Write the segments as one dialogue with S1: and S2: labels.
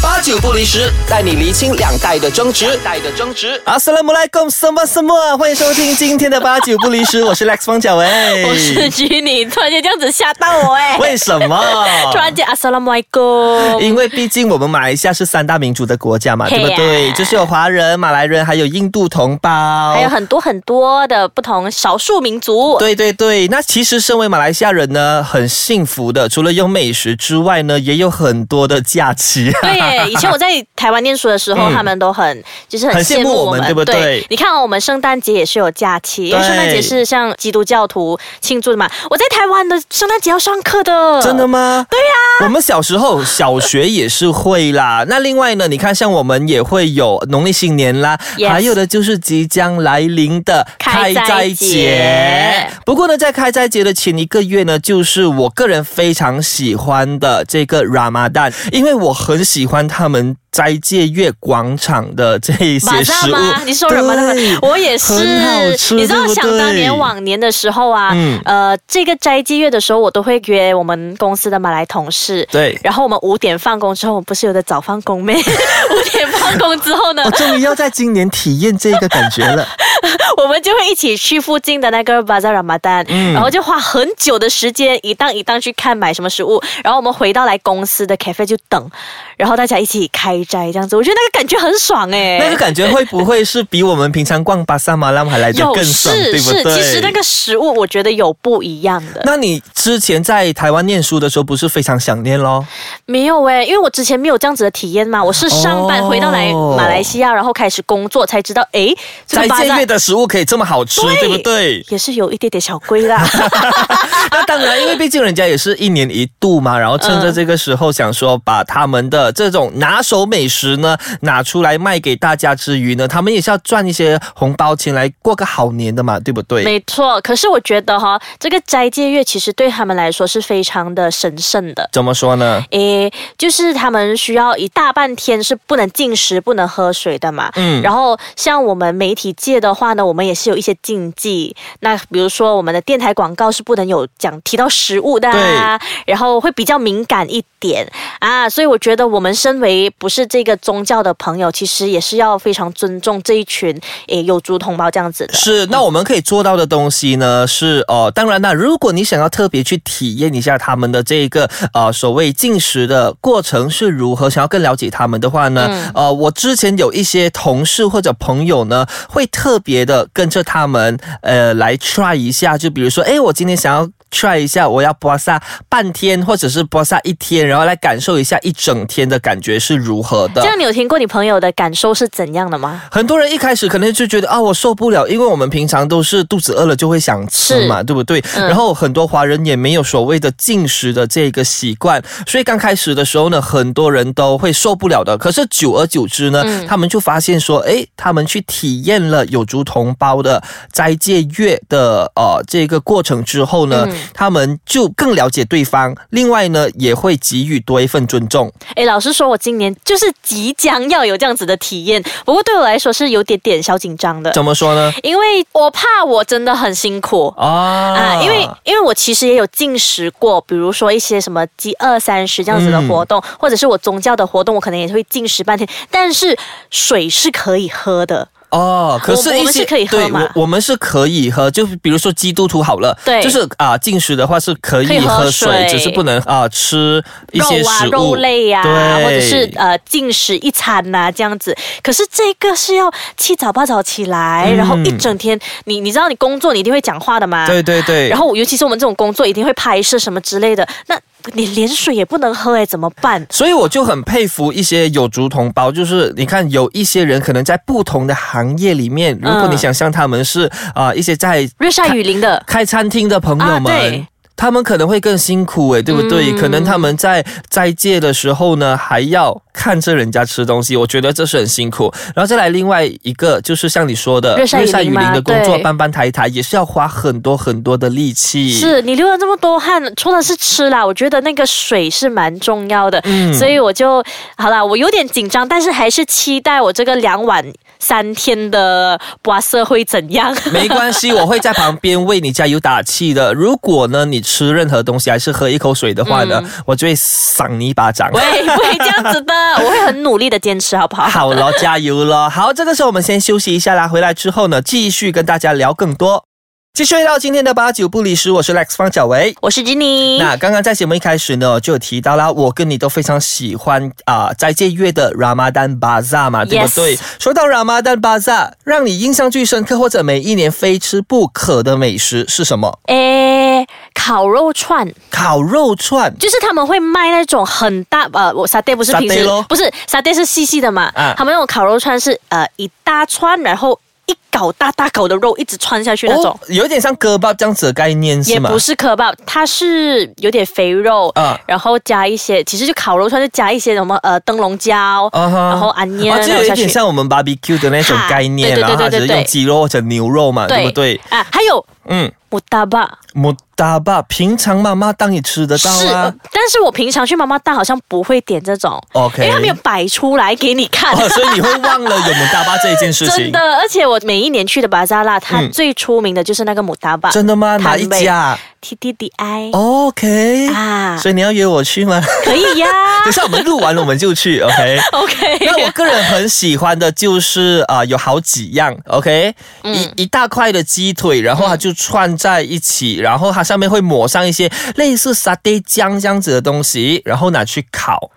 S1: 八九不离十，带你厘清两代的争执。代的争执。阿斯拉姆莱贡什么什么？欢迎收听今天的八九不离 十，我是 Lex 方小维。
S2: 我是吉你突然间这样子吓到我哎、？
S1: 哎 为什么
S2: 突然间啊 Assalamualaikum，
S1: 因为毕竟我们马来西亚是三大民族的国家嘛，
S2: 嘿
S1: 对不
S2: 呀
S1: 对？就是有华人、马来人，还有印度同胞，
S2: 还有很多很多的不同少数民族，
S1: 哦对对对，那其实身为马来西亚人呢，很幸福的，除了有美食之外呢，也有很多的假 期。
S2: 对 耶，以前我在台湾念书的时候，他们都很就是
S1: 嗯
S2: 很
S1: 很羡
S2: 羡
S1: 慕
S2: 慕
S1: 我
S2: 我
S1: 们
S2: 们，
S1: 对不对
S2: 你看、哦、我们圣诞节也是有假期，因为
S1: 对
S2: 圣诞节是像基督教徒庆祝的嘛。我在台湾的圣诞节要上课的，
S1: 真的吗？对呀、我们小时候小学也是会啦。那另外呢，你看像我们也会有农历新年啦
S2: Yes
S1: 还有的就是即将来临的
S2: 开斋节
S1: 不过呢，在开斋节的前一个月呢，就是我个人非常喜欢的这个 Ramadan，因为我很喜欢他们斋戒月广场的这一
S2: 马
S1: 些
S2: 萨
S1: 食物
S2: 吗？。你说什么
S1: 对
S2: 我也是
S1: 很好，吃
S2: 你知道
S1: 对不
S2: 想
S1: 对
S2: 当年往年的时候啊，
S1: 嗯
S2: 呃，这个斋祭月的时候，我都会约我们公司的马来同事。
S1: 对
S2: 然后我们五点放工之后，我们不是有的早放 工妹？五点放工之后呢
S1: 我、，终于要在今年体验这个感觉 了。
S2: 我们就会一起去附近的那个 Bazaar Ramadan，、然
S1: 嗯
S2: 后就花很久的时间一档一档去看买什么食物，然后我们回到来公司的 cafe 就等，然后大家一起开斋这样子，我觉得那个感觉很爽哎、
S1: 那个感觉会不会是比我们平常逛巴萨马拉姆还来的
S2: 有
S1: 更
S2: 是
S1: 爽，对不
S2: 是，
S1: 对？
S2: 其实那个食物我觉得有不一样的，
S1: 那你之前在台湾念书的时候，不是非常想念咯？
S2: 没有诶，因为我之前没有这样子的体验嘛，我是上班
S1: 哦
S2: 回到来马来西亚，然后开始工作才知道，诶，这
S1: 斋
S2: 个巴
S1: 戒
S2: 扎
S1: 月的食物可以这么好吃，对
S2: 对
S1: 不
S2: ？
S1: 对
S2: 也是有一点点小贵啦。
S1: 那当然，因为毕竟人家也是一年一度嘛，然后趁着这个时候想说把他们的这种拿手美食呢拿出来卖给大家之余呢，他们也是要赚一些红包钱来过个好年的嘛，对不 对？
S2: 没错，可是我觉得哈，这个斋戒月其实对他们来说是非常的神圣的。
S1: 怎么说呢？
S2: 诶，就是他们需要一大半天是不能进食、不能喝水的嘛。
S1: 嗯
S2: 然后像我们媒体界的话呢，我们也是有一些禁忌。那比如说我们的电台广告是不能有讲提到食物的啊，然后会比较敏感一点啊。所以我觉得我们身为不是这个宗教的朋友，其实也是要非常尊重这一群诶有族同胞这样子的。
S1: 是，那我们可以做到的东西呢是呃，当然啦，如果你想要特别去体验一下他们的这个呃所谓进食的过程是如何，想要更了解他们的话呢，呃，我之前有一些同事或者朋友呢，会特别的跟着他们呃来 try 一下，就比如说，诶，我今天想要。try 一下，我要播撒半天，或者是播撒一天，然后来感受一下一整天的感觉是如何的。
S2: 这样，你有听过你朋友的感受是怎样的吗？
S1: 很多人一开始可能就觉得啊，我受不了，因为我们平常都是肚子饿了就会想吃嘛，对不对？
S2: 嗯
S1: 然后很多华人也没有所谓的进食的这个习惯，所以刚开始的时候呢，很多人都会受不了的。可是久而久之呢，
S2: 嗯
S1: 他们就发现说，诶，他们去体验了有族同胞的斋戒月的呃这个过程之后呢，
S2: 嗯
S1: 他们就更了解对方，另外呢，也会给予多一份尊重。
S2: 诶，老实说，我今年就是即将要有这样子的体验，不过对我来说是有点点小紧张的，
S1: 怎么说呢？
S2: 因为我怕我真的很辛苦。
S1: 啊，
S2: 啊，因为因为我其实也有进食过，比如说一些什么饥饿三十这样子的活动，
S1: 嗯
S2: 或者是我宗教的活动，我可能也会进食半天。但是水是可以喝的，
S1: 哦，可是
S2: 我
S1: 一
S2: 我们
S1: 些
S2: 是可以喝
S1: 对，
S2: 嘛
S1: 我我们是可以喝，就比如说基督徒好了，
S2: 对
S1: 就是啊、进食的话是可
S2: 可以
S1: 以
S2: 喝
S1: 喝水，
S2: 水
S1: 只是不能啊、吃一
S2: 肉
S1: 些
S2: 啊
S1: 食、物，
S2: 肉类呀、
S1: 对，
S2: 或者是呃进食一餐呐、这样子。可是这个是要七早八早起来，
S1: 嗯
S2: 然后一整天，你你知道你工作你一定会讲话的嘛，
S1: 对对对，
S2: 啊然后尤其是我们这种工作，一定会拍摄什么之类的，那你连水也不能喝哎，怎么办？
S1: 所以我就很佩服一些有族同胞，就是你看有一些人可能在不同的行业里面，如
S2: 嗯
S1: 果你想象他们是啊、一些在
S2: 日晒雨 淋的，
S1: 开餐厅的朋友们。
S2: 啊对嗯
S1: 他们可能会更辛苦欸诶，对不对？可能他们在斋戒的时候呢，还要看着人家吃东西，我觉得这是很辛苦。然后再来另外一个，就是像你说的
S2: 日晒雨淋
S1: 雨淋
S2: 嘛
S1: 的工作，
S2: 对
S1: 搬搬抬抬也是要花很多很多的力气。
S2: 是你流了这么多汗，除了是吃啦，我觉得那个水是蛮
S1: 嗯
S2: 重要的，所以我就好啦，我有点紧张，但是还是期待我这个两碗三天的哇塞会怎 样？
S1: 没关系，我会在旁边为你加油打气的。如果呢你吃任何东西还是喝一口水的话
S2: 嗯
S1: 呢，我就会赏你一巴掌。
S2: 喂，不会这样子的，我会很努力的坚持，好不好？
S1: 好了，加油了。 好，这个时候我们先休息一下啦，回来之后呢，继续跟大家聊更多。继续到今天的八九不离十，我是 Lex 方小维。
S2: 我是 Jenny。
S1: 那刚刚在节目一开始呢，就有提到啦，我跟你都非常喜欢啊、斋戒月的 Ramadan Bazaar 嘛，对不
S2: Yes
S1: 对说到 Ramadan Bazaar，让你印象最深刻或者每一年非吃不可的美食是什么？
S2: 诶，烤肉串
S1: 烤肉串。
S2: 就是他们会卖那种很大呃，我沙爹不是平
S1: Satay
S2: 时
S1: 咯
S2: 不是沙爹是细细的嘛，
S1: 啊
S2: 他们那种烤肉串是呃一大串，然后一搞大大搞的肉一直穿下去那种。
S1: 哦，有一点像割包这样子的概念是
S2: 也
S1: 吗？
S2: 不是可爆，它是有点肥肉，
S1: 啊
S2: 然后加一些，其实就烤肉串就加一些什么呃灯笼椒，
S1: 啊哈
S2: 然后安妮
S1: 哦，这有一
S2: 下
S1: 点
S2: 去。
S1: 像我们 barbecue 的那种概念，
S2: 哈对对对
S1: 然后它
S2: 对
S1: 只是
S2: 对对
S1: 用鸡肉或者牛肉嘛，对不对？
S2: 啊，还有
S1: 嗯，
S2: 木达巴
S1: 木达巴，平常妈妈当你吃得到
S2: 是、
S1: 啊
S2: 呃。但是我平常去妈妈档好像不会点这种
S1: OK
S2: 因为它没有摆出来给你看。
S1: 哦，所以你会忘了有母大巴这一件事情。
S2: 真的，而且我每一年去的巴扎拉，它
S1: 嗯
S2: 最出名的就是那个姆达巴，
S1: 真的吗？哪
S2: 摊
S1: 一
S2: 位
S1: 家
S2: T D D I、
S1: ？OK
S2: 啊，
S1: 所以你要约我去吗？
S2: 可以呀、
S1: 等一下我们录完了我们就去，OK。
S2: OK，
S1: 那我个人很喜欢的就是啊、呃有好几样，OK，、一一
S2: 嗯
S1: 大块的鸡腿，然后它就串在一起，然后它上面会抹上一些类似沙爹酱这样子的东西，然后拿去烤。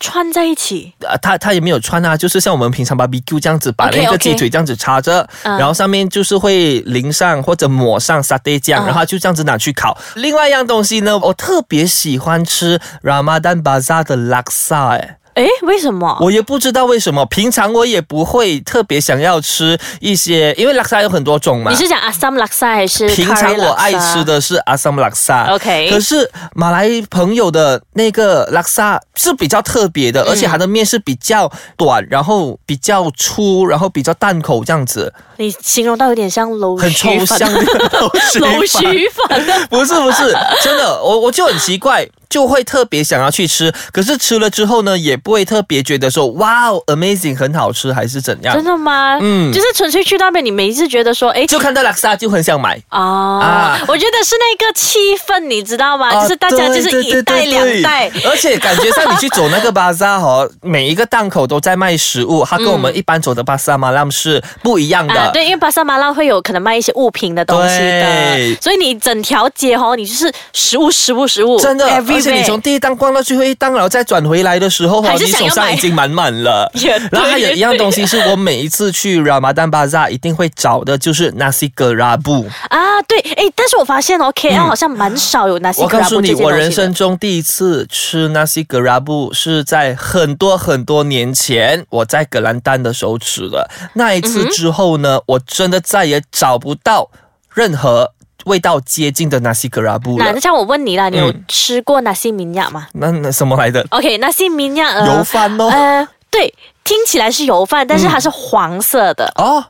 S2: 串在一起，
S1: 呃，它它也没有串啊，就是像我们平常 barbecue 这样子，把
S2: OK，
S1: 那个
S2: OK
S1: 鸡腿这样子插着
S2: 嗯
S1: 然后上面就是会淋上或者抹上沙爹酱，
S2: 嗯
S1: 然后它就这样子拿去烤。另外一样东西呢，我特别喜欢吃 Ramadan Bazaar 的 laksa，哎，
S2: 诶，为什么？
S1: 我也不知道为什么，平常我也不会特别想要吃一些，因为 laksa 有很多种嘛
S2: 你。是讲阿三拉萨还是
S1: 平
S2: curry
S1: 常我爱
S2: laksa？
S1: 吃的是阿萨姆拉萨
S2: OK
S1: 可是马来朋友的那个拉萨是比较特别
S2: 嗯
S1: 的，而且它的面是比较短，然后比较粗，然后比较淡口这样子，
S2: 你形容到有点像楼
S1: 很抽象 的
S2: 楼
S1: 楼
S2: 须
S1: 须
S2: 粉。
S1: 不是不是，真的，我我就很奇怪，就会特别想要去吃，可是吃了之后呢，也不会特别觉得说哇哦 amazing 很好吃还是怎样
S2: 真，的吗？
S1: 嗯
S2: 就是纯粹去那边，你每一次觉得说，哎，
S1: 就看到拉萨就很想买。
S2: 哦
S1: 啊
S2: 我觉得是那个气氛，你知道吗？
S1: 啊
S2: 就是大家就
S1: 对
S2: 是
S1: 对
S2: 一袋
S1: 对
S2: 两
S1: 对
S2: 袋，
S1: 而且感觉上你去走那个巴扎哦，每一个档口都在卖食物，它跟我们一般走的巴萨马拉姆是不一样的。
S2: 啊，对，因为巴沙马拉会有可能卖一些物品的东西
S1: 对
S2: 的，所以你整条街哦，你就是食物、食物、食物，
S1: 真的，而且你从
S2: ，everywhere。
S1: 第一档逛到最后一档，然后再转回来的时候哦，
S2: 还是
S1: 你手
S2: 想要
S1: 上
S2: 买。
S1: 已经满满了
S2: 也对
S1: 然后还有一样东西是我每一次去 Ramadan Bazaar 一定会找的，就是 nasi gerabu。
S2: 啊，对，哎，但是我发现哦，KL 好像蛮少有那些
S1: 我
S2: 克
S1: 告
S2: 拉
S1: 诉
S2: 布
S1: 你，
S2: 这些东西的。
S1: 我人生中第一次吃 nasi gerabu 是在很多很多年前，我在格兰丹的时候吃的。那一次之后
S2: 嗯
S1: 呢，我真的再也找不到任何味道接近的 nasi gerabu
S2: 那
S1: 了
S2: 那。像我问你啦，你有吃过那些民亚吗
S1: 那那什么来的？
S2: ？OK，那些民亚
S1: 油
S2: 呃
S1: 饭哦。
S2: 呃，对，听起来是油饭，但是它是黄色的，
S1: 哦，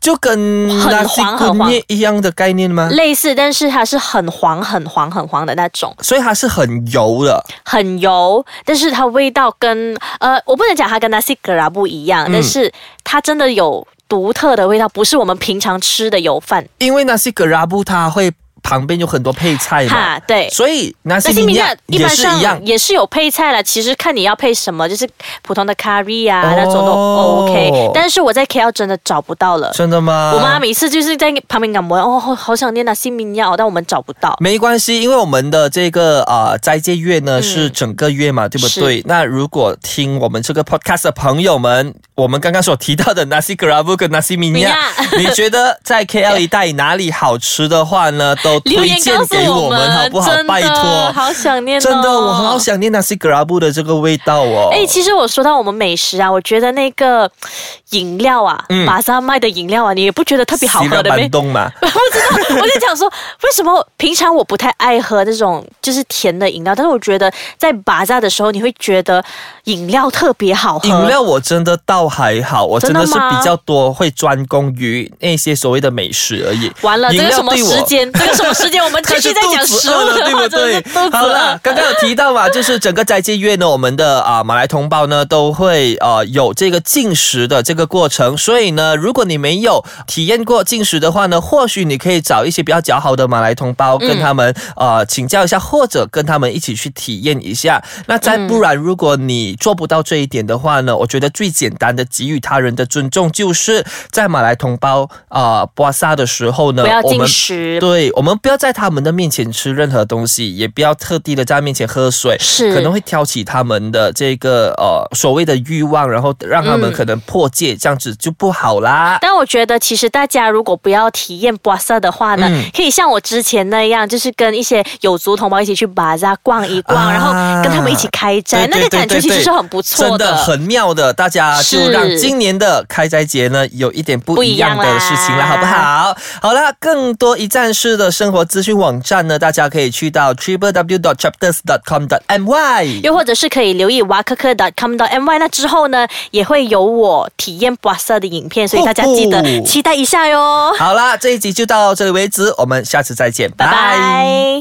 S1: 就跟
S2: 很
S1: nasi
S2: 黄很黄嗯
S1: gurme 一样的概念吗？
S2: 类似，但是它是很黄、很黄、很黄的那种，
S1: 所以它是很油的。
S2: 很油，但是它味道跟呃，我不能讲它跟那些格拉不一样，
S1: 嗯
S2: 但是它真的有独特的味道，不是我们平常吃的油饭
S1: 因为 nasi gerabu 它会旁边有很多配菜嘛，
S2: 哈。对，
S1: 所以 nasi
S2: 那些米
S1: minyak
S2: 亚一
S1: 也
S2: 般
S1: 是一样
S2: 上。也是有配菜啦，其实看你要配什么，就是普通的 curry 啊、
S1: 哦啊
S2: 那种都 OK。但是我在 KL 真的找不到了，
S1: 真的吗？
S2: 我妈每次就是在旁边赶摩，哦，好好想念那新民药，但我们找不到。
S1: 没关系，因为我们的这个啊、呃斋戒月呢、
S2: 嗯
S1: 是整个月嘛，对不
S2: 是
S1: 对？那如果听我们这个 podcast 的朋友们，我们刚刚所提到的 nasi gerabu 跟 nasi minya，
S2: Minya
S1: 你觉得在 KL 一带哪里好吃的话呢？ 都
S2: 留
S1: 推
S2: 言
S1: 荐
S2: 告诉
S1: 给我
S2: 们，
S1: 们好不好
S2: 真？的
S1: 拜托，
S2: 好想念、哦，
S1: 真的，我很好。想念 nasi gerabu 的这个味道哦。
S2: 哎，其实我说到我们美食啊，我觉得那个饮料啊，
S1: 嗯
S2: 巴萨卖的饮料啊，你也不觉得特别好喝的
S1: 板
S2: 咩？
S1: 东嘛，
S2: 我不 知道，我就想说，为什么平常我不太爱喝这种就是甜的饮料，但是我觉得在巴扎的时候，你会觉得饮料特别好喝。
S1: 饮料我真的倒还好，我真的是
S2: 真的吗
S1: 比较多会专攻于那些所谓的美食而已。
S2: 完了，
S1: 饮
S2: 这个
S1: 料
S2: 什么
S1: 对我
S2: 时间？这个什么时间？我们 继
S1: 开
S2: 续
S1: 始
S2: 在
S1: 肚
S2: 讲
S1: 子
S2: 食
S1: 饿
S2: 物
S1: 了，对不
S2: 的话，真的是
S1: 对
S2: 肚子？
S1: 好了
S2: 饿，。
S1: 刚刚有提到嘛，就是整个斋戒月呢，我们的啊、马来同胞呢都会呃有这个进食的这个过程，所以呢，如果你没有体验过进食的话呢，或许你可以找一些比较较好的马来同胞
S2: 嗯
S1: 跟他们、呃请教一下，或者跟他们一起去体验一下。那再不然，如果你做不到这一点的话呢，我觉得最简单的给予他人的尊重，就是在马来同胞啊巴萨的时候呢，
S2: 不要
S1: 我
S2: 进
S1: 们
S2: 食，
S1: 对，我们不要在他们的面前吃任何东西，也不要特地的在他面前喝水，
S2: 是
S1: 可能会挑起他们的这个呃所谓的欲望，然后让他们
S2: 嗯
S1: 可能破戒，这样子就不好啦。
S2: 但我觉得，其实大家如果不要体验巴萨的话呢，
S1: 嗯
S2: 可以像我之前那样，就是跟一些有族同胞一起去巴萨逛一逛，
S1: 啊
S2: 然后跟他们一起开
S1: 对
S2: 斋，
S1: 对
S2: 那个感觉
S1: 对对
S2: 其
S1: 对
S2: 实是很不错
S1: 真的很妙的，大家就是让今年的开斋节呢有一点不一样的
S2: 不一样啦
S1: 事情了，好不好？好啦，更多一站式的生活资讯网站呢，大家可以去到 triple w dot chapters dot com dot my。
S2: 又或者是可以留意哇科科 .com 到 my，那之后呢也会有我体验巴萨的影片，所以大家记得
S1: 哦吼
S2: 期待一下哟。
S1: 好啦，这一集就到这里为止，我们下次再见，
S2: 拜拜。